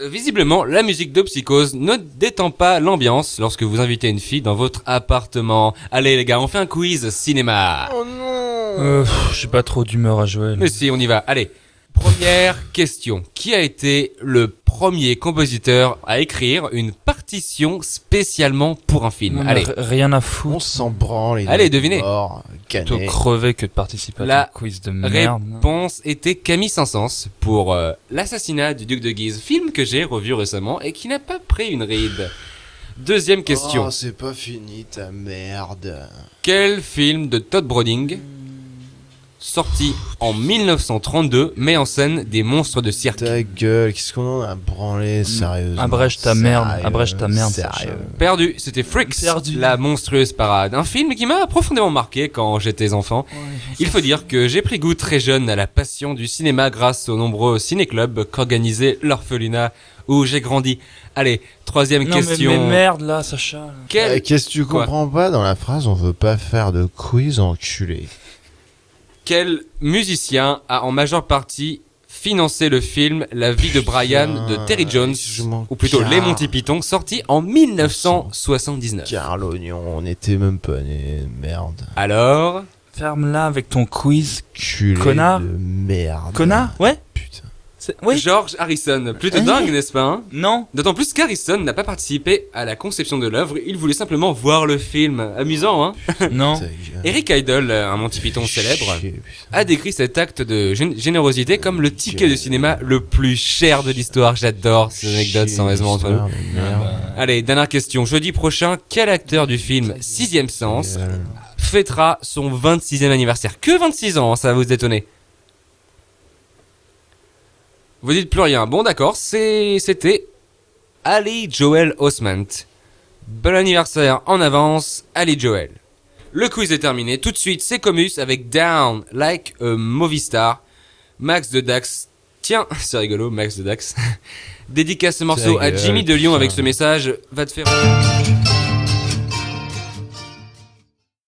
Euh, Visiblement, la musique de Psychose ne détend pas l'ambiance lorsque vous invitez une fille dans votre appartement. Allez les gars, on fait un quiz cinéma. Oh non Euh, pff, j'ai pas trop d'humeur à jouer. là. Mais si, on y va. Allez. Première question. Qui a été le premier compositeur à écrire une partition spécialement pour un film Non, mais Allez. r- Rien à On foutre. s'en branle. les Allez, deux devinez. morts, Plutôt canets. crever que de participer à La ton quiz de merde. Réponse était Camille Saint-Saëns pour euh, l'assassinat du duc de Guise, film que j'ai revu récemment et qui n'a pas pris une ride. Deuxième question. Oh, c'est pas fini ta merde. Quel film de Todd Browning, sorti en 1932, met en scène des monstres de cirque Ta gueule, qu'est-ce qu'on en a branlé, sérieusement Mm. abrège ta merde, Sérieux, abrège ta merde, Sérieux. Euh, Sacha. Perdu, c'était Freaks, Perdu. la monstrueuse parade. Un film qui m'a profondément marqué quand j'étais enfant. Il faut dire que j'ai pris goût très jeune à la passion du cinéma grâce aux nombreux ciné-clubs qu'organisait l'orphelinat où j'ai grandi. Allez, troisième Non, mais, question. mais merde là, Sacha. Quel- Euh, Qu'est-ce que tu Quoi comprends pas dans la phrase On veut pas faire de quiz enculé. Quel musicien a en majeure partie financé le film La vie de Brian de Putain, Terry Jones, je m'en ou plutôt carre. Les Monty Python, sorti en 1979 Car l'oignon, on était même pas nés. Merde. Alors, Ferme là avec ton quiz. Culé Connard. de merde. Connard Ouais Putain. c'est- Oui George Harrison, plutôt Hein dingue, n'est-ce pas hein Non D'autant plus qu'Harrison n'a pas participé à la conception de l'œuvre, il voulait simplement voir le film. Amusant, hein Non. Ta gueule. Eric Idle, un Monty Python célèbre, a décrit cet acte de gén- générosité comme le ticket de cinéma le plus cher de l'histoire. J'adore ces anecdotes, sérieusement, entre nous. Allez, dernière question. Jeudi prochain, quel acteur du film Sixième Sens fêtera son 26e anniversaire Que 26 ans, hein, ça va vous détonner. Vous dites plus rien. Bon, d'accord, c'est- c'était Ali Joel Osment. Bon anniversaire en avance, Ali Joel. Le quiz est terminé. Tout de suite, c'est Comus avec Down Like a Movie Star. Max de Dax. Tiens, c'est rigolo, Max de Dax. Dédicace ce morceau à gueule, Jimmy de Lyon avec putain. ce message. Va te faire.